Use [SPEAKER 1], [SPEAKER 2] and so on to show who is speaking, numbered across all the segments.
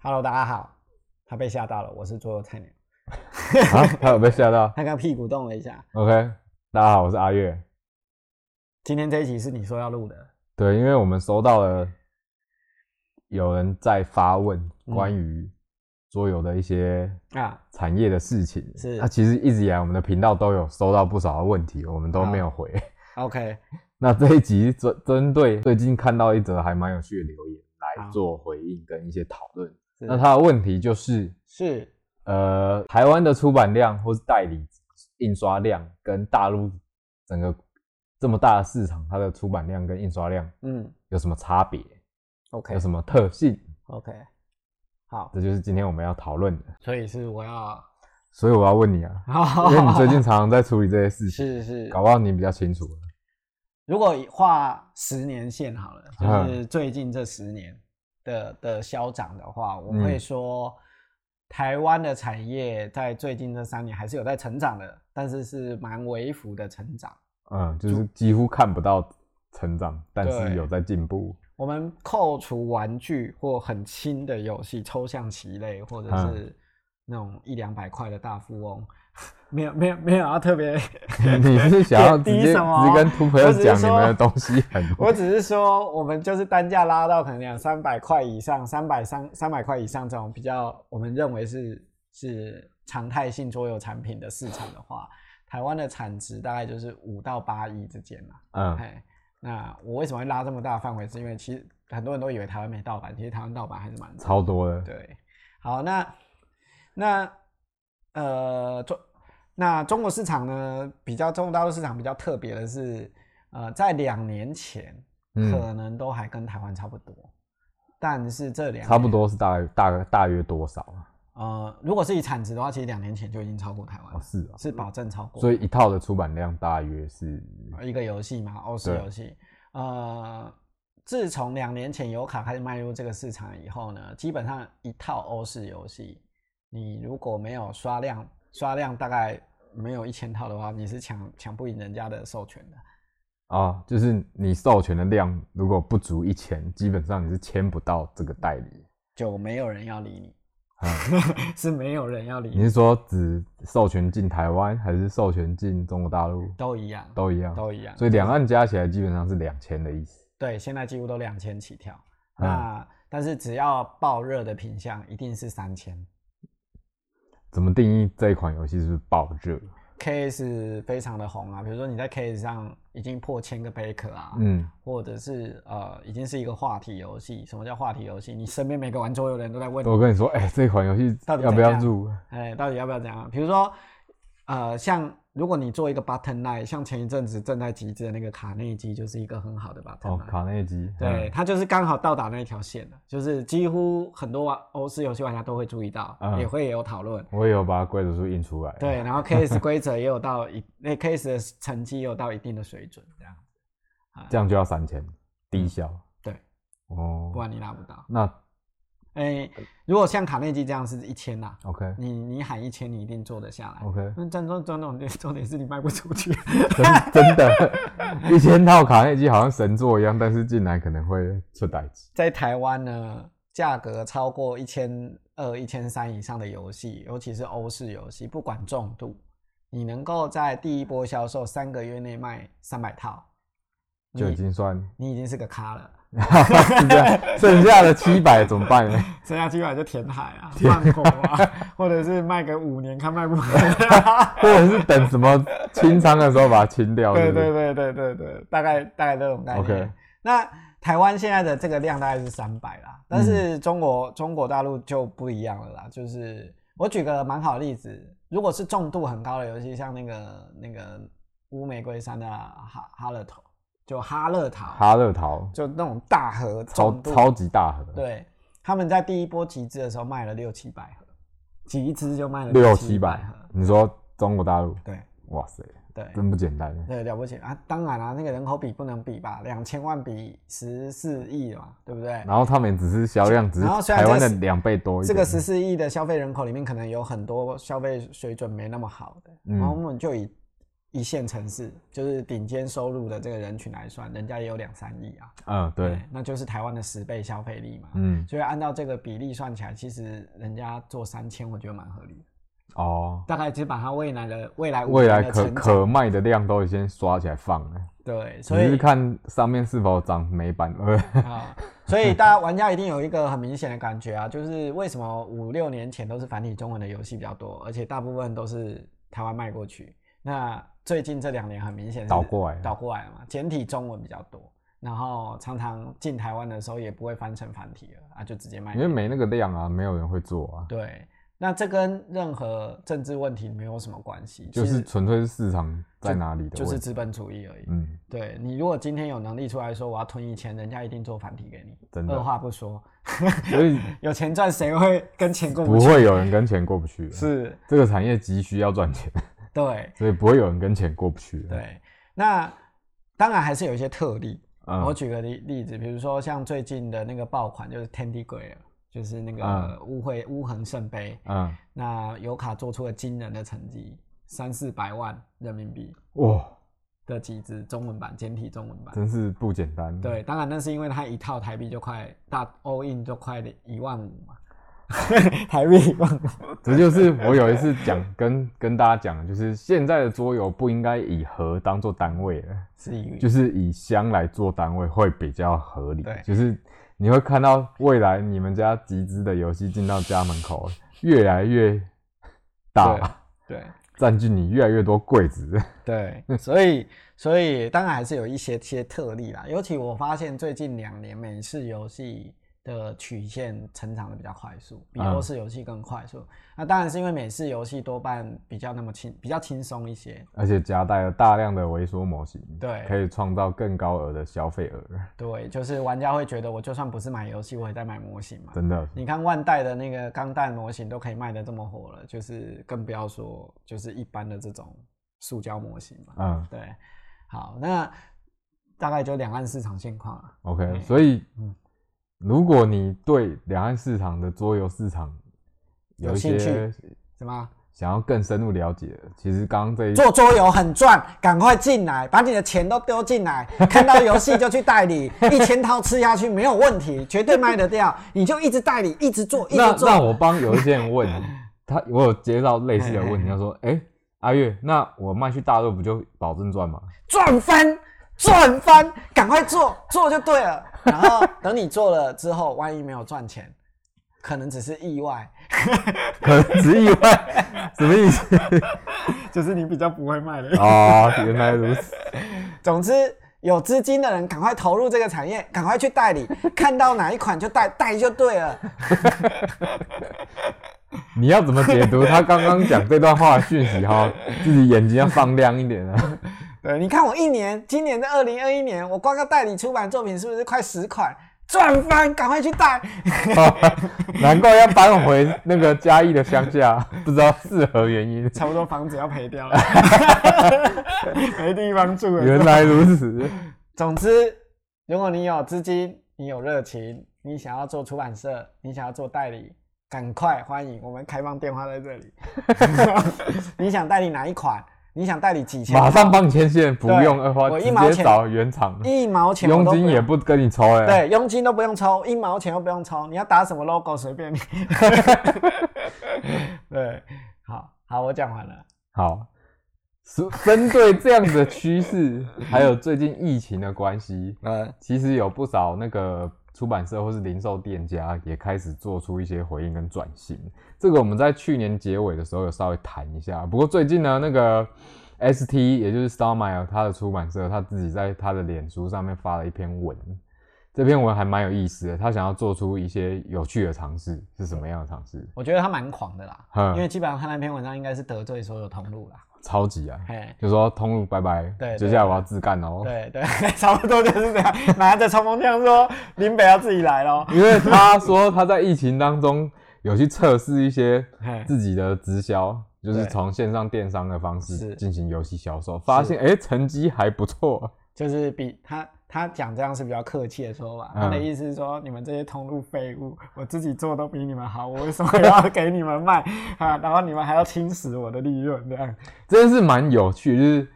[SPEAKER 1] Hello，大家好。他被吓到了，我是桌游菜鸟。
[SPEAKER 2] 啊，他有被吓到。
[SPEAKER 1] 他刚屁股动了一下。
[SPEAKER 2] OK，大家好，我是阿月。
[SPEAKER 1] 今天这一集是你说要录的，
[SPEAKER 2] 对，因为我们收到了有人在发问
[SPEAKER 1] 嗯
[SPEAKER 2] 关于桌游的一些
[SPEAKER 1] 啊
[SPEAKER 2] 产业的事情。
[SPEAKER 1] 是
[SPEAKER 2] 那、其实一直以来我们的频道都有收到不少的问题，我们都没有回。
[SPEAKER 1] ，OK，
[SPEAKER 2] 那这一集针针对最近看到一则还蛮有趣的留言
[SPEAKER 1] 好
[SPEAKER 2] 来做回应跟一些讨论。
[SPEAKER 1] 是
[SPEAKER 2] 那他的问题就是，
[SPEAKER 1] 是
[SPEAKER 2] 呃，台湾的出版量或是代理印刷量跟大陆整个这么大的市场，它的出版量跟印刷量
[SPEAKER 1] 嗯
[SPEAKER 2] 有什么差别？
[SPEAKER 1] ，OK
[SPEAKER 2] 有什么特性？
[SPEAKER 1] OK，好，
[SPEAKER 2] 这就是今天我们要讨论的。
[SPEAKER 1] 所以是我 要，
[SPEAKER 2] 所以我要问你 啊，
[SPEAKER 1] 好
[SPEAKER 2] 因为你最近常常在处理这些事情，
[SPEAKER 1] 是是，
[SPEAKER 2] 搞不好你比较清楚。
[SPEAKER 1] 如果画十年线好了，就
[SPEAKER 2] 嗯
[SPEAKER 1] 是最近这十年的的消长的话，我
[SPEAKER 2] 嗯
[SPEAKER 1] 会说，台湾的产业在最近这三年还是有在成长的，但是是蛮微幅的成长。
[SPEAKER 2] 嗯，就是几乎看不到成长，但
[SPEAKER 1] 对
[SPEAKER 2] 是有在 进步。
[SPEAKER 1] 我们扣除玩具或很轻的游戏，抽象棋类或者是那种一两百块的大富翁， 没有没有没有要特别
[SPEAKER 2] 你是想要直
[SPEAKER 1] 贬低
[SPEAKER 2] 接直
[SPEAKER 1] 什么
[SPEAKER 2] 接跟秃朋友
[SPEAKER 1] 我只是
[SPEAKER 2] 讲你们的
[SPEAKER 1] 说
[SPEAKER 2] 东西很多？
[SPEAKER 1] 我只是说，我们就是单价拉到可能两三百块以上，三百三三百块以上这种比较，我们认为是是常态性桌游产品的市场的话，台湾的产值大概就是五到八亿之间嘛。
[SPEAKER 2] 嗯
[SPEAKER 1] 哎，那我为什么会拉这么大的范围？是因为其实很多人都以为台湾没盗版，其实台湾盗版还是蛮多的
[SPEAKER 2] 超多的。
[SPEAKER 1] 对，好，那那呃中那中国市场呢，比较中国大陆市场比较特别的是，呃，在两年前可
[SPEAKER 2] 嗯
[SPEAKER 1] 能都还跟台湾差不多，但是这两
[SPEAKER 2] 差不
[SPEAKER 1] 年
[SPEAKER 2] 多是大概大概大约多少啊？
[SPEAKER 1] 呃，如果是以产值的话，其实两年前就已经超过台湾
[SPEAKER 2] 哦，
[SPEAKER 1] 了，
[SPEAKER 2] 是啊，
[SPEAKER 1] 是保证超过，
[SPEAKER 2] 所以一套的出版量大约是，
[SPEAKER 1] 一个游戏嘛，欧式
[SPEAKER 2] 对
[SPEAKER 1] 游戏。呃，自从两年前油卡开始迈入这个市场以后呢，基本上一套欧式游戏，你如果没有刷量，刷量大概没有一千套的话，你是抢抢不赢人家的授权的。
[SPEAKER 2] 啊，就是你授权的量如果不足一千，基本上你是签不到这个代理。
[SPEAKER 1] 就没有人要理你，
[SPEAKER 2] 啊，
[SPEAKER 1] 是没有人要理
[SPEAKER 2] 你
[SPEAKER 1] 你，
[SPEAKER 2] 是说只授权进台湾，还是授权进中国大陆？
[SPEAKER 1] 都一样，
[SPEAKER 2] 都一样。
[SPEAKER 1] 都一样。
[SPEAKER 2] 所以两岸加起来基本上是两千的意思。
[SPEAKER 1] 对，现在几乎都两千起跳。
[SPEAKER 2] 嗯
[SPEAKER 1] 那但是只要爆热的品相，一定是三千。
[SPEAKER 2] 怎么定义这一款游戏是不是爆热？
[SPEAKER 1] case 非常的红啊，比如说你在 case 上已经破千个 baker 啊，
[SPEAKER 2] 嗯，
[SPEAKER 1] 或者是呃已经是一个话题游戏。什么叫话题游戏？你身边每个玩桌游的人都在问
[SPEAKER 2] 我
[SPEAKER 1] 你，
[SPEAKER 2] 跟你说，哎、这款游戏
[SPEAKER 1] 到底
[SPEAKER 2] 要
[SPEAKER 1] 怎
[SPEAKER 2] 不要
[SPEAKER 1] 样
[SPEAKER 2] 入？
[SPEAKER 1] 哎，到底要不要怎样？比如说，呃，像如果你做一个 button line，像前一阵子正在集资的那个卡内基就是一个很好的 button
[SPEAKER 2] 哦，
[SPEAKER 1] line。
[SPEAKER 2] 卡嗯内基。
[SPEAKER 1] 对，它就是刚好到达那一条线了，就是几乎很多玩欧式游戏玩家都会注意到，
[SPEAKER 2] 嗯
[SPEAKER 1] 也会有讨论。
[SPEAKER 2] 嗯，我也有把规则书印出来。
[SPEAKER 1] 对，， 然后 case 规则也有到一，那 case 的成绩也有到一定的水准，这样。
[SPEAKER 2] 这样就要三千，低消。
[SPEAKER 1] 嗯对，
[SPEAKER 2] 哦
[SPEAKER 1] 不，然你拉不到。
[SPEAKER 2] 那
[SPEAKER 1] 哎、如果像卡内基这样是一千呐、
[SPEAKER 2] OK
[SPEAKER 1] 你你喊一千，你一定做得下来。
[SPEAKER 2] OK，
[SPEAKER 1] 那但重重点重点是你卖不出去，
[SPEAKER 2] 真 真的，一千套卡内基好像神作一样，但是进来可能会出代机。
[SPEAKER 1] 在台湾呢，价格超过一千二、一千三以上的游戏，尤其是欧式游戏，不管重度，你能够在第一波销售三个月内卖三百套，
[SPEAKER 2] 就已
[SPEAKER 1] 你
[SPEAKER 2] 经算
[SPEAKER 1] 你已经是个咖了。
[SPEAKER 2] 是这 样，剩下的七百怎么办呢？
[SPEAKER 1] 剩下基本上就填海啊、放火啊，或者是卖个五年看卖不完。
[SPEAKER 2] 或者是等什么清仓的时候把它清掉？
[SPEAKER 1] 对
[SPEAKER 2] 是不是
[SPEAKER 1] 对对对对对，大概大概这种概念。
[SPEAKER 2] OK
[SPEAKER 1] 那台湾现在的这个量大概是三百啦，但是
[SPEAKER 2] 嗯
[SPEAKER 1] 中国、中国大陆就不一样了啦。就是我举个蛮好的例子，如果是重度很高的游戏，像那个那个乌玫瑰山的哈哈勒头，就哈勒塔，
[SPEAKER 2] 哈乐桃
[SPEAKER 1] 就那种大盒
[SPEAKER 2] 超
[SPEAKER 1] 重度
[SPEAKER 2] 超级大盒，
[SPEAKER 1] 对，他们在第一波集资的时候卖了六七百盒，集资就卖了
[SPEAKER 2] 六
[SPEAKER 1] 七
[SPEAKER 2] 七
[SPEAKER 1] 百
[SPEAKER 2] 百
[SPEAKER 1] 盒。。
[SPEAKER 2] 你说中国大陆？
[SPEAKER 1] 对
[SPEAKER 2] 哇塞，
[SPEAKER 1] 对
[SPEAKER 2] 真不简单。
[SPEAKER 1] 对，了不起啊！当然啦、那个人口比不能比吧，两千万比十四亿嘛，对不对？
[SPEAKER 2] 然后他们只是销量只是
[SPEAKER 1] 然后虽然
[SPEAKER 2] 台湾
[SPEAKER 1] 这
[SPEAKER 2] 的
[SPEAKER 1] 是
[SPEAKER 2] 两倍多一
[SPEAKER 1] 这个
[SPEAKER 2] 点，
[SPEAKER 1] 十四亿的消费人口里面，可能有很多消费水准没那么好的，
[SPEAKER 2] 嗯
[SPEAKER 1] 然后我们就以一线城市，就是顶尖收入的这个人群来算，人家也有两三亿啊，
[SPEAKER 2] 嗯，对，，
[SPEAKER 1] 那就是台湾的十倍消费力嘛。
[SPEAKER 2] 嗯，
[SPEAKER 1] 所以按照这个比例算起来，其实人家做三千，我觉得蛮合理的。
[SPEAKER 2] 哦，
[SPEAKER 1] 大概只把它未来的未来五
[SPEAKER 2] 未来
[SPEAKER 1] 年的
[SPEAKER 2] 可
[SPEAKER 1] 成长
[SPEAKER 2] 可卖的量都已经刷起来放了，
[SPEAKER 1] 对，
[SPEAKER 2] 只
[SPEAKER 1] 所以
[SPEAKER 2] 是看上面是否涨美版而已。
[SPEAKER 1] 啊，所以大家玩家一定有一个很明显的感觉啊， 就是为什么五六年前都是繁体中文的游戏比较多，而且大部分都是台湾卖过去。那最近这两年很明显是
[SPEAKER 2] 倒过来了
[SPEAKER 1] 倒过来了嘛，简体中文比较多，然后常常进台湾的时候也不会翻成繁体了啊，就直接卖给。
[SPEAKER 2] 因为没那个量啊，没有人会做啊，
[SPEAKER 1] 对，那这跟任何政治问题没有什么关系，
[SPEAKER 2] 就
[SPEAKER 1] 其
[SPEAKER 2] 是
[SPEAKER 1] 实
[SPEAKER 2] 纯粹是市场在哪里的
[SPEAKER 1] 就是
[SPEAKER 2] 问题
[SPEAKER 1] 资本主义而已。
[SPEAKER 2] 嗯，
[SPEAKER 1] 对你，如果今天有能力出来说我要吞一千，人家一定做繁体给你。
[SPEAKER 2] 真的
[SPEAKER 1] 二话不说，
[SPEAKER 2] 所 以
[SPEAKER 1] 有钱赚谁会跟钱过
[SPEAKER 2] 不
[SPEAKER 1] 去？
[SPEAKER 2] 会有人跟钱过不去。，啊
[SPEAKER 1] 是，
[SPEAKER 2] 这个产业急需要赚钱，
[SPEAKER 1] 对
[SPEAKER 2] 所以不会有人跟钱过不去。，啊
[SPEAKER 1] 对。那当然还是有一些特例。我
[SPEAKER 2] 嗯，
[SPEAKER 1] 举个例例子，比如说像最近的那个爆款就是 Tandy g r a i 就是那个
[SPEAKER 2] 嗯
[SPEAKER 1] 乌会乌恒圣杯，
[SPEAKER 2] 嗯，
[SPEAKER 1] 那油卡做出了惊人的成绩，三四百万人民币
[SPEAKER 2] 哇，
[SPEAKER 1] 的集资，中文版简体中文版。
[SPEAKER 2] 真是不简单。，
[SPEAKER 1] 对，当然那是因为它一套台币就快大 all in 就快一万五嘛， 台币一万五。
[SPEAKER 2] 这就是我有一次讲跟跟大家讲，就是现在的桌游不应该以盒当做单位了，
[SPEAKER 1] 是一
[SPEAKER 2] 就是以箱来做单位会比较合理
[SPEAKER 1] 对。
[SPEAKER 2] 就是你会看到未来你们家集资的游戏进到家门口，越来越大，
[SPEAKER 1] 对
[SPEAKER 2] 占据你越来越多柜子。
[SPEAKER 1] 对，所以所以当然还是有一些些特例啦。尤其我发现最近两年美式游戏的曲线成长的比较快速，比
[SPEAKER 2] 嗯
[SPEAKER 1] 欧式游戏更快速。那当然是因为美式游戏多半比较那么轻，比较轻松一些。
[SPEAKER 2] 而且夹带了大量的微缩模型，
[SPEAKER 1] 对
[SPEAKER 2] 可以创造更高额的消费额，
[SPEAKER 1] 对，就是玩家会觉得我就算不是买游戏，我也在买模型嘛。
[SPEAKER 2] 真的。
[SPEAKER 1] 你看万代的那个钢弹模型都可以卖得这么火了，就是更不要说就是一般的这种塑胶模型嘛。
[SPEAKER 2] 嗯
[SPEAKER 1] 对，好，那大概就两岸市场现况啊了。
[SPEAKER 2] ，OK，
[SPEAKER 1] 对
[SPEAKER 2] 所以
[SPEAKER 1] 嗯
[SPEAKER 2] 如果你对两岸市场的桌游市场有
[SPEAKER 1] 有
[SPEAKER 2] 一
[SPEAKER 1] 兴
[SPEAKER 2] 些
[SPEAKER 1] 什么？
[SPEAKER 2] 想要更深入了解的，其实刚刚这一
[SPEAKER 1] 做桌游很赚，赶快进来，把你的钱都丢进 来，看到游戏就去代理，一千套吃下去没有问题，绝对卖得掉。 你就一直代理，一直做，一
[SPEAKER 2] 那
[SPEAKER 1] 直
[SPEAKER 2] 那
[SPEAKER 1] 做。
[SPEAKER 2] 我帮有一些 人问他，我有接到类似的问
[SPEAKER 1] 嘿嘿
[SPEAKER 2] 题，他说：“哎、阿月，那我卖去大陆不就保证赚吗
[SPEAKER 1] 赚翻，赚翻，赶快做，做就对了。然后等你做了之后，万一没有赚钱，可能只是意外，？”
[SPEAKER 2] 可能只意外，什么意思？
[SPEAKER 1] 就是你比较不会卖的。
[SPEAKER 2] 哦，原来如此。
[SPEAKER 1] 总之，有资金的人赶快投入这个产业，赶快去代理，看到哪一款就代代就对了。
[SPEAKER 2] 你要怎么解读他刚刚讲这段话的讯息哈？自己眼睛要放亮一点 啊！
[SPEAKER 1] 对，你看我一年，今年的二零二一年，我光靠代理出版作品是不是快十款？赚翻，赶快去带。
[SPEAKER 2] 哦难怪要搬回那个嘉义的乡下，不知道是何原 因。
[SPEAKER 1] 差不多房子要赔掉了， 没地方住了。
[SPEAKER 2] 原来如此，
[SPEAKER 1] 总之，如果你有资金，你有热情，你想要做出版社，你想要做代理，赶快欢迎我们开放电话在这 里。 你想代理哪一款？你想代理几千？
[SPEAKER 2] 马上帮你牵线，不
[SPEAKER 1] 对
[SPEAKER 2] 用二话，
[SPEAKER 1] 我一
[SPEAKER 2] 直
[SPEAKER 1] 毛
[SPEAKER 2] 接
[SPEAKER 1] 钱
[SPEAKER 2] 找原厂，
[SPEAKER 1] 一毛钱我
[SPEAKER 2] 佣
[SPEAKER 1] 都
[SPEAKER 2] 金也
[SPEAKER 1] 用
[SPEAKER 2] 不跟你抽哎、
[SPEAKER 1] 对，佣金都不用抽，一毛钱都不用抽，你要打什么 logo 随 便你。对，好好，我讲完了。
[SPEAKER 2] 好，是针对这样的趋势，还有最近疫情的关系，
[SPEAKER 1] 嗯，
[SPEAKER 2] 其实有不少那个出版社或是零售店家也开始做出一些回应跟转型。这个我们在去年结尾的时候有稍微谈一下，不过最近呢，那个 ST 也就是 Starmile 它的出版社，他自己在他的脸书上面发了一篇文。这篇文还蛮有意思的，他想要做出一些有趣的尝试，是什么样的尝试？
[SPEAKER 1] 我觉得他蛮狂的啦，
[SPEAKER 2] 嗯
[SPEAKER 1] 因为基本上他那篇文章应该是得罪所有同路啦。
[SPEAKER 2] 超级啊！
[SPEAKER 1] 嘿，
[SPEAKER 2] 就说通路拜拜，
[SPEAKER 1] 对
[SPEAKER 2] 接下来我要自干哦。
[SPEAKER 1] 对对， 差不多就是这 样，拿着冲锋枪说林北要自己来咯。
[SPEAKER 2] 因为他说他在疫情当中有去测试一些
[SPEAKER 1] 嘿
[SPEAKER 2] 自己的直销，就是
[SPEAKER 1] 对
[SPEAKER 2] 从线上电商的方
[SPEAKER 1] 是
[SPEAKER 2] 式进行游戏销售，发现哎、诶成绩还不错，
[SPEAKER 1] 就是比他他讲这样是比较客气的说法，
[SPEAKER 2] 嗯
[SPEAKER 1] 他的意思是说你们这些通路废物，我自己做都比你们好，我为什么要给 你们卖啊？然后你们还要侵蚀我的利润这样？
[SPEAKER 2] 真的是蛮有趣。就是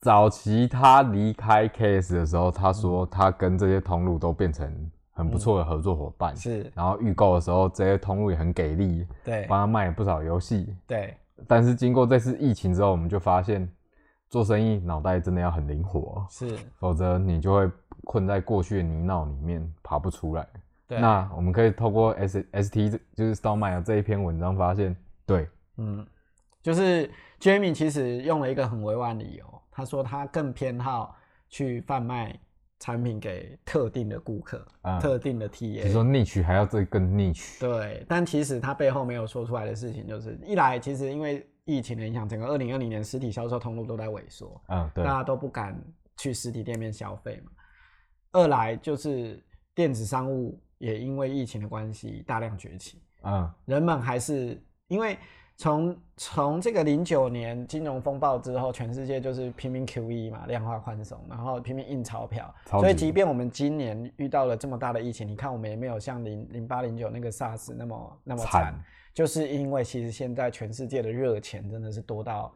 [SPEAKER 2] 早期他离开 KS 的时候，他说
[SPEAKER 1] 嗯
[SPEAKER 2] 他跟这些通路都变成很不错的合作伙伴，
[SPEAKER 1] 嗯是
[SPEAKER 2] 然后预购的时候，这些通路也很给力，
[SPEAKER 1] 对
[SPEAKER 2] 帮他卖了不少游戏。
[SPEAKER 1] 对，
[SPEAKER 2] 但是经过这次疫情之后，我们就发现做生意脑袋真的要很灵活，
[SPEAKER 1] 是，
[SPEAKER 2] 否则你就会困在过去的泥淖里面爬不出来。
[SPEAKER 1] 对，啊
[SPEAKER 2] 那我们可以透过 S S T 就是 s t o r m i 这一篇文章发现，对，
[SPEAKER 1] 嗯，就是 Jamie 其实用了一个很委婉的理由，他说他更偏好去贩卖产品给特定的顾客、
[SPEAKER 2] 啊
[SPEAKER 1] 特定的
[SPEAKER 2] 你说
[SPEAKER 1] TA。
[SPEAKER 2] niche 还要再更 niche，
[SPEAKER 1] 对，但其实他背后没有说出来的事情，就是一来其实因为疫情的影响，整个二零二零年实体销售通路都在萎缩，
[SPEAKER 2] 嗯，对
[SPEAKER 1] 大，家都不敢去实体店面消费嘛。二来就是电子商务也因为疫情的关系大量崛起，
[SPEAKER 2] 嗯，
[SPEAKER 1] 人们还是因为从从这个零九年金融风暴之后，全世界就是拼命 QE 嘛，量化宽松，然后拼命印钞票，
[SPEAKER 2] 超级
[SPEAKER 1] 所以即便我们今年遇到了这么大的疫情，你看我们也没有像零零八零九那个 SARS 那么那么惨
[SPEAKER 2] 惨，，
[SPEAKER 1] 就是因为其实现在全世界的热钱真的是多到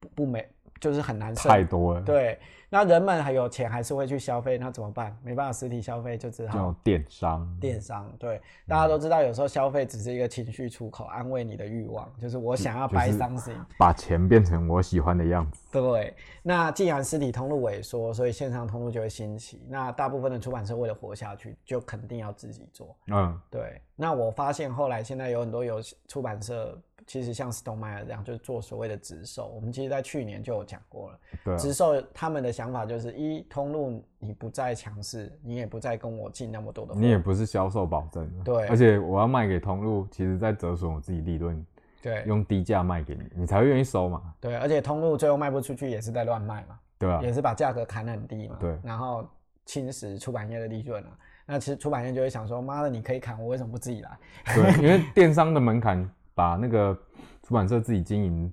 [SPEAKER 1] 不不没，就是很难
[SPEAKER 2] 太
[SPEAKER 1] 受。
[SPEAKER 2] 多了，，
[SPEAKER 1] 对，那人们还有钱还是会去消费，那怎么办？没办法，实体消费就只好
[SPEAKER 2] 就电商，
[SPEAKER 1] 电商
[SPEAKER 2] 嗯
[SPEAKER 1] 对，大家都知道，有时候消费只是一个情绪出口，安慰你的欲望，就是我想要
[SPEAKER 2] 嗯就
[SPEAKER 1] buy
[SPEAKER 2] 是
[SPEAKER 1] something。
[SPEAKER 2] 把钱变成我喜欢的样子，
[SPEAKER 1] 对，那既然实体通路萎缩，所以线上通路就会兴起。那大部分的出版社为了活下去，就肯定要自己做。
[SPEAKER 2] 嗯，
[SPEAKER 1] 对，那我发现后来现在有很多有出版社，其实像 Stone Meyer 这样，就是做所谓的直售。我们其实在去年就有讲过了，
[SPEAKER 2] 对啊，
[SPEAKER 1] 直售他们的想法就是：一通路你不再强势，你也不再跟我进那么多的货，
[SPEAKER 2] 你也不是销售保证的，
[SPEAKER 1] 对
[SPEAKER 2] 而且我要卖给通路，其实在折损我自己利润，
[SPEAKER 1] 对
[SPEAKER 2] 用低价卖给你，你才会愿意收嘛，
[SPEAKER 1] 对，而且通路最后卖不出去也是在乱卖嘛，
[SPEAKER 2] 对吧、
[SPEAKER 1] 也是把价格砍很低嘛，
[SPEAKER 2] 对
[SPEAKER 1] 然后侵蚀出版业的利润啊。那其实出版业就会想说，妈的，你可以砍，我为什么不自己来？
[SPEAKER 2] 对，因为电商的门槛把那个出版社自己经营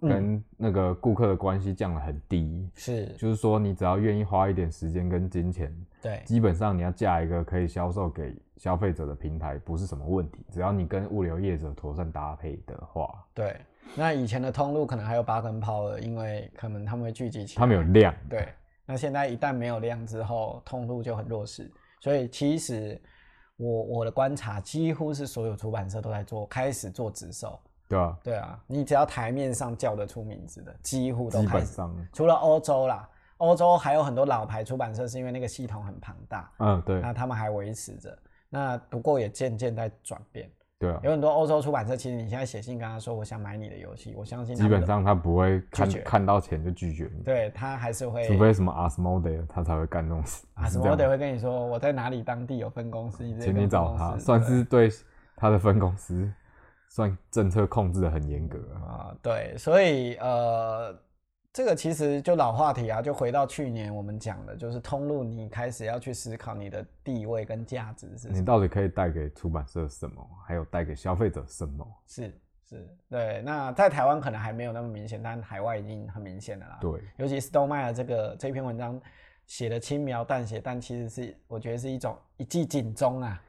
[SPEAKER 1] 嗯
[SPEAKER 2] 跟那个顾客的关系降得很低，
[SPEAKER 1] 是，
[SPEAKER 2] 就是说你只要愿意花一点时间跟金钱，
[SPEAKER 1] 对，
[SPEAKER 2] 基本上你要架一个可以销售给消费者的平台不是什么问题，只要你跟物流业者妥善搭配的话，
[SPEAKER 1] 对。那以前的通路可能还有八根抛的，因为可能他们会聚集起来，
[SPEAKER 2] 他们有量，
[SPEAKER 1] 对。那现在一旦没有量之后，通路就很弱势。所以其实我我的观察，几乎是所有出版社都在做，开始做直售。
[SPEAKER 2] 对吧、
[SPEAKER 1] 对啊，你只要台面上叫得出名字的，几乎都
[SPEAKER 2] 基
[SPEAKER 1] 开
[SPEAKER 2] 本
[SPEAKER 1] 始
[SPEAKER 2] 上，
[SPEAKER 1] 除了欧洲啦，欧洲还有很多老牌出版社是因为那个系统很庞大，
[SPEAKER 2] 嗯，对，
[SPEAKER 1] 那他们还维持着。那不过也渐渐在转变，
[SPEAKER 2] 对啊
[SPEAKER 1] 有，很多欧洲出版社，其实你现在写信跟他说我想买你的游戏，我相信他
[SPEAKER 2] 基
[SPEAKER 1] 们的
[SPEAKER 2] 本上他不会看
[SPEAKER 1] 拒绝
[SPEAKER 2] 看到钱就拒绝你，
[SPEAKER 1] 对他还是会，
[SPEAKER 2] 除非什么 Asmode 他才会干那种事，
[SPEAKER 1] 啊什
[SPEAKER 2] 是这
[SPEAKER 1] 么
[SPEAKER 2] 样
[SPEAKER 1] 我得
[SPEAKER 2] 吗
[SPEAKER 1] 会跟你说我在哪里当地有分公司，你直接
[SPEAKER 2] 请
[SPEAKER 1] 跟
[SPEAKER 2] 你
[SPEAKER 1] 分
[SPEAKER 2] 找
[SPEAKER 1] 公
[SPEAKER 2] 他，
[SPEAKER 1] 司
[SPEAKER 2] 算
[SPEAKER 1] 对
[SPEAKER 2] 是对他的分公司算政策控制的很严格啊。
[SPEAKER 1] 啊、对，所以呃，这个其实就老话题啊，就回到去年我们讲的，就是通路，你开始要去思考你的地位跟价值是什么
[SPEAKER 2] 你。到底可以带给出版社什么，还有带给消费者什么？
[SPEAKER 1] 是是，对。那在台湾可能还没有那么明显，但海外已经很明显的啦。，
[SPEAKER 2] 对，
[SPEAKER 1] 尤其 Stone m e y 这个这篇文章写的轻描淡写，但其实是我觉得是一种一记警钟啊。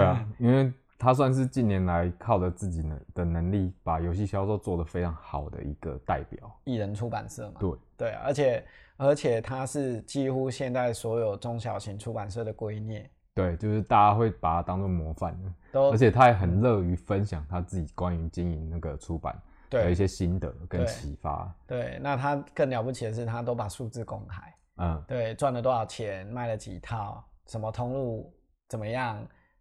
[SPEAKER 2] 啊，因为他算是近年来靠着自己能的能力，把游戏销售做得非常好的一个代表。
[SPEAKER 1] 艺人出版社嘛，
[SPEAKER 2] 对
[SPEAKER 1] 对啊，而且而且它是几乎现在所有中小型出版社的圭臬，
[SPEAKER 2] 对，就是大家会把他当做模范的，
[SPEAKER 1] 都
[SPEAKER 2] 而且他也
[SPEAKER 1] 嗯
[SPEAKER 2] 很乐于分享他自己关于经营那个出版的一
[SPEAKER 1] 对
[SPEAKER 2] 些心得跟
[SPEAKER 1] 对
[SPEAKER 2] 启发。
[SPEAKER 1] 对。那它更了不起的是，它都把数字公开，
[SPEAKER 2] 嗯，
[SPEAKER 1] 对，赚了多少钱，卖了几套，什么通路怎么样，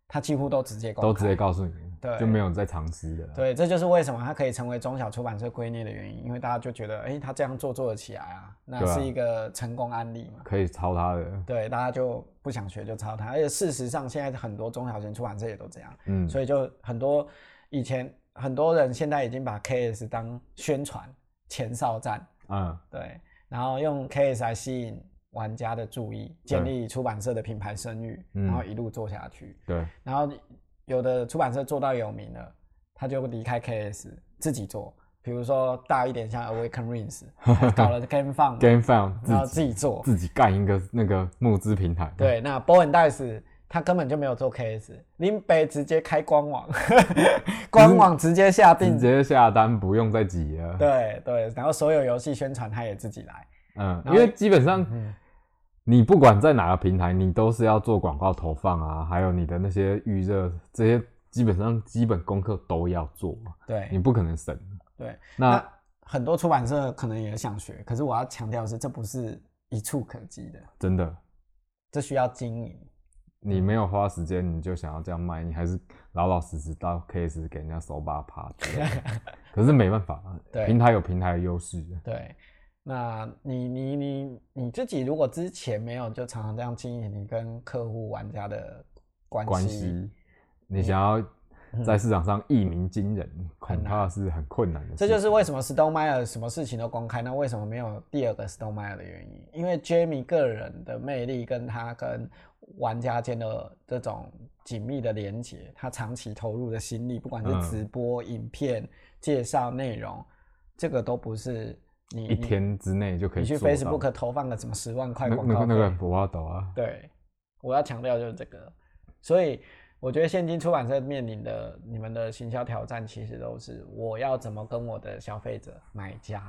[SPEAKER 1] 它几乎都直接公开，
[SPEAKER 2] 都直接告诉你，
[SPEAKER 1] 对
[SPEAKER 2] 就没有在尝试的啊。
[SPEAKER 1] 对，这就是为什么它可以成为中小出版社归臬的原因，因为大家就觉得，哎、他这样做做得起来啊，那
[SPEAKER 2] 对啊
[SPEAKER 1] 是一个成功案例嘛。
[SPEAKER 2] 可以抄他的。
[SPEAKER 1] 对，大家就不想学就抄它，而且事实上现在很多中小型出版社也都这样，
[SPEAKER 2] 嗯，
[SPEAKER 1] 所以就很多以前很多人现在已经把 KS 当宣传前哨站，
[SPEAKER 2] 嗯，
[SPEAKER 1] 对，然后用 KS 来吸引玩家的注意，建立出版社的品牌声誉，
[SPEAKER 2] 嗯
[SPEAKER 1] 然后一路做下去。
[SPEAKER 2] 对，
[SPEAKER 1] 然后有的出版社做到有名了，他就离开 KS 自己做，比如说大一点像 Awaken Rings，搞了 Game Fun，
[SPEAKER 2] Game Found
[SPEAKER 1] 然后
[SPEAKER 2] 自
[SPEAKER 1] 自
[SPEAKER 2] 己
[SPEAKER 1] 己做。
[SPEAKER 2] 自己干一个那个募资平台，，
[SPEAKER 1] 对，那 Bowen Dice 他根本就没有做 KS，林北直接开官网， 官网直接下
[SPEAKER 2] 直
[SPEAKER 1] 定。
[SPEAKER 2] 接下单不用再挤了。
[SPEAKER 1] 对对，然后所有游戏宣传他也自己来，
[SPEAKER 2] 嗯，
[SPEAKER 1] 然后
[SPEAKER 2] 因为基本上
[SPEAKER 1] 嗯
[SPEAKER 2] 你不管在哪个平台，你都是要做广告投放啊，还有你的那些预热这些，基本上基本功课都要做嘛，你
[SPEAKER 1] 对
[SPEAKER 2] 不可能省。
[SPEAKER 1] 对。
[SPEAKER 2] 那
[SPEAKER 1] 那很多出版社可能也想学，可是我要强调的是，这不是一触可及的，
[SPEAKER 2] 真的，
[SPEAKER 1] 这需要经营。
[SPEAKER 2] 你没有花时间，你就想要这样卖，你还是老老实实到 case 给人家手把趴之 类的。可是没办法，
[SPEAKER 1] 对
[SPEAKER 2] 平台有平台的优势。
[SPEAKER 1] 对，那你你你你自己如果之前没有就常常这样经营你跟客户玩家的关
[SPEAKER 2] 关
[SPEAKER 1] 系，
[SPEAKER 2] 系，你想要在
[SPEAKER 1] 嗯
[SPEAKER 2] 市场上一鸣惊人，恐怕是很困难的事情。
[SPEAKER 1] 这就是为什么 s t o m e y e r 什么事情都公开，那为什么没有第二个 s t o m e y e r 的原因？因为 Jamie 个人的魅力跟他跟玩家间的这种紧密的连接，他长期投入的心力，不管
[SPEAKER 2] 嗯
[SPEAKER 1] 是直播、影片、介绍内容，这个都不是你
[SPEAKER 2] 一天之内就可
[SPEAKER 1] 你你
[SPEAKER 2] 以
[SPEAKER 1] 去
[SPEAKER 2] 做到
[SPEAKER 1] Facebook 投放个什么十万块
[SPEAKER 2] 那
[SPEAKER 1] 广
[SPEAKER 2] 那
[SPEAKER 1] 告
[SPEAKER 2] 个那个
[SPEAKER 1] 费
[SPEAKER 2] 不怕抖啊，
[SPEAKER 1] 对，我要强调就是这个。所以我觉得现今出版社面临的你们的行销挑战，其实都是我要怎么跟我的消费者、买家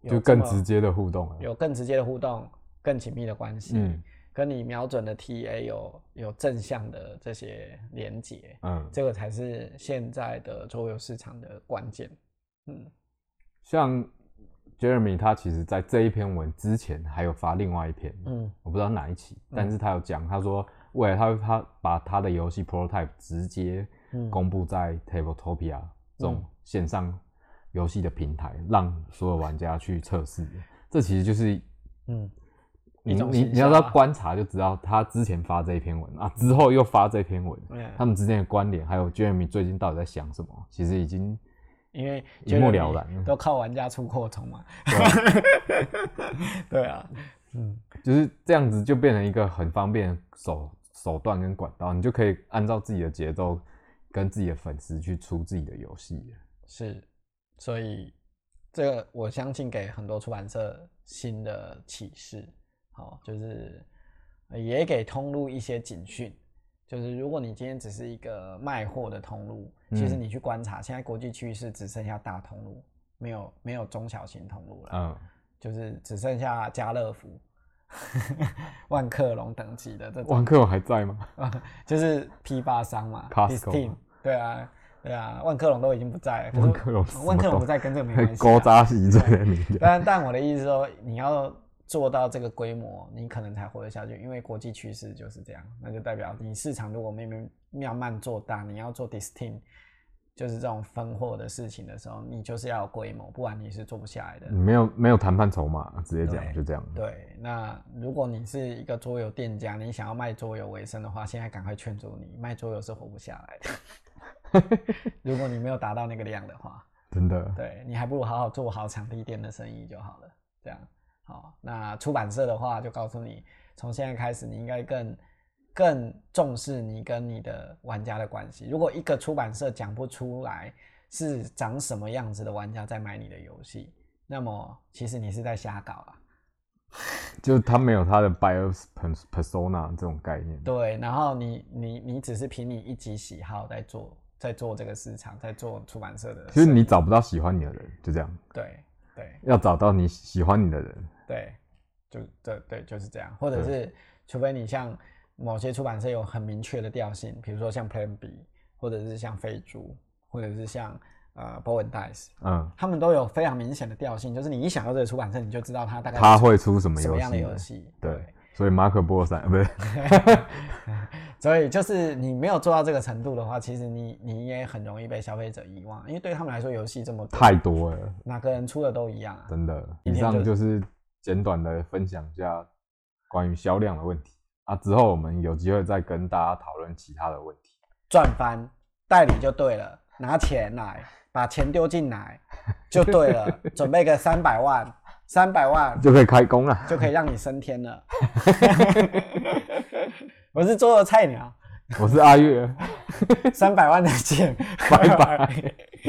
[SPEAKER 1] 有
[SPEAKER 2] 就
[SPEAKER 1] 这
[SPEAKER 2] 更
[SPEAKER 1] 么
[SPEAKER 2] 直接的互动了。
[SPEAKER 1] 有更直接的互动、更紧密的关系，
[SPEAKER 2] 嗯
[SPEAKER 1] 跟你瞄准的 TA 有有正向的这些连接，
[SPEAKER 2] 嗯，
[SPEAKER 1] 这个才是现在的桌游市场的关键。嗯，
[SPEAKER 2] 像 Jeremy 他其实在这一篇文之前还有发另外一篇，
[SPEAKER 1] 嗯
[SPEAKER 2] 我不知道哪一期，但是他有讲，他说未来他他把他的游戏 prototype 直接
[SPEAKER 1] 嗯
[SPEAKER 2] 公布在 Tabletopia 这种线上游戏的平台，让所有玩家去测试。这其实就是
[SPEAKER 1] 嗯，
[SPEAKER 2] 你
[SPEAKER 1] 一种
[SPEAKER 2] 你
[SPEAKER 1] 行
[SPEAKER 2] 你要
[SPEAKER 1] 销
[SPEAKER 2] 到
[SPEAKER 1] 啊
[SPEAKER 2] 观察就知道，他之前发这一篇文啊，之后又发这篇文，
[SPEAKER 1] 嗯
[SPEAKER 2] 他们之间的关联，还有 Jeremy 最近到底在想什么，其实已经
[SPEAKER 1] 因为
[SPEAKER 2] 一目
[SPEAKER 1] Jeremy
[SPEAKER 2] 了然嗯
[SPEAKER 1] 都靠玩家出扩充嘛。 对啊，嗯，
[SPEAKER 2] 就是这样子，就变成一个很方便的手手段跟管道，你就可以按照自己的节奏跟自己的粉丝去出自己的游戏了。
[SPEAKER 1] 是，所以这个我相信给很多出版社新的启示，好，就是呃也给通路一些警讯。就是如果你今天只是一个卖货的通路，其实
[SPEAKER 2] 嗯
[SPEAKER 1] 你去观察，现在国际趋势只剩下大通路，没有没有中小型通路了。
[SPEAKER 2] 嗯，
[SPEAKER 1] 就是只剩下家乐福、 万客隆等级的这
[SPEAKER 2] 万
[SPEAKER 1] 种，
[SPEAKER 2] 克我还在吗？
[SPEAKER 1] 就是批发商嘛
[SPEAKER 2] Costco
[SPEAKER 1] Distin，对啊，对啊，万客隆都已经不在了，可是
[SPEAKER 2] 万客隆什么
[SPEAKER 1] 万客隆
[SPEAKER 2] 都
[SPEAKER 1] 不在跟这个没关系、
[SPEAKER 2] 勾
[SPEAKER 1] 啊。
[SPEAKER 2] 扎席罪的名人。
[SPEAKER 1] 但但我的意思是说，你要做到这个规模，你可能才活得下去，因为国际趋势就是这样。那就代表你市场如果慢慢慢慢做大，你要做 distinct，就是这种分货的事情的时候，你就是要有规模，不然你是做不下来的。
[SPEAKER 2] 没有没有谈判筹码，直接讲
[SPEAKER 1] 对
[SPEAKER 2] 就这样。
[SPEAKER 1] 对，那如果你是一个桌游店家，你想要卖桌游为生的话，现在赶快劝阻你，卖桌游是活不下来的。 如果你没有达到那个量的话，
[SPEAKER 2] 真的。
[SPEAKER 1] 对你还不如好好做好场地店的生意就好了。这样好，那出版社的话就告诉你，从现在开始你应该更更重视你跟你的玩家的关系。如果一个出版社讲不出来是长什么样子的玩家在买你的游戏，那么其实你是在瞎搞啊。
[SPEAKER 2] 就是他没有他的 buyer pers- persona 这种概念。
[SPEAKER 1] 对，然后你你你只是凭你一己喜好在做，在做这个市场，在做出版社的生意。
[SPEAKER 2] 其实你找不到喜欢你的人，就这样，
[SPEAKER 1] 对对
[SPEAKER 2] 要找到你喜欢你的人。
[SPEAKER 1] 对，就对对就是这样，或者是除非你像某些出版社有很明确的调性，比如说像 Plan B，或者是像飞猪，或者是像呃 Bowen Dice，
[SPEAKER 2] 嗯，
[SPEAKER 1] 他们都有非常明显的调性，就是你一想到这个出版社，你就知道它大概
[SPEAKER 2] 他
[SPEAKER 1] 是
[SPEAKER 2] 会出什么
[SPEAKER 1] 什么
[SPEAKER 2] 游
[SPEAKER 1] 样的
[SPEAKER 2] 戏
[SPEAKER 1] 游
[SPEAKER 2] 呢？
[SPEAKER 1] 戏。
[SPEAKER 2] 对，所以马可波罗三呃不是
[SPEAKER 1] 所以就是你没有做到这个程度的话，其实你你也很容易被消费者遗忘，因为对他们来说，游戏这么多，
[SPEAKER 2] 太多了，
[SPEAKER 1] 哪个人出的都一样啊。
[SPEAKER 2] 真的。
[SPEAKER 1] 今
[SPEAKER 2] 以
[SPEAKER 1] 天就
[SPEAKER 2] 上就是简短的分享一下关于销量的问题啊，之后我们有机会再跟大家讨论其他的问题。
[SPEAKER 1] 赚翻代理就对了，拿钱来，把钱丢进来就对 了，准备个三百万，三百万
[SPEAKER 2] 就可以开工了。
[SPEAKER 1] 就可以让你升天 了。我是做菜鸟，
[SPEAKER 2] 我是阿月，
[SPEAKER 1] 三百万的钱，
[SPEAKER 2] 拜拜。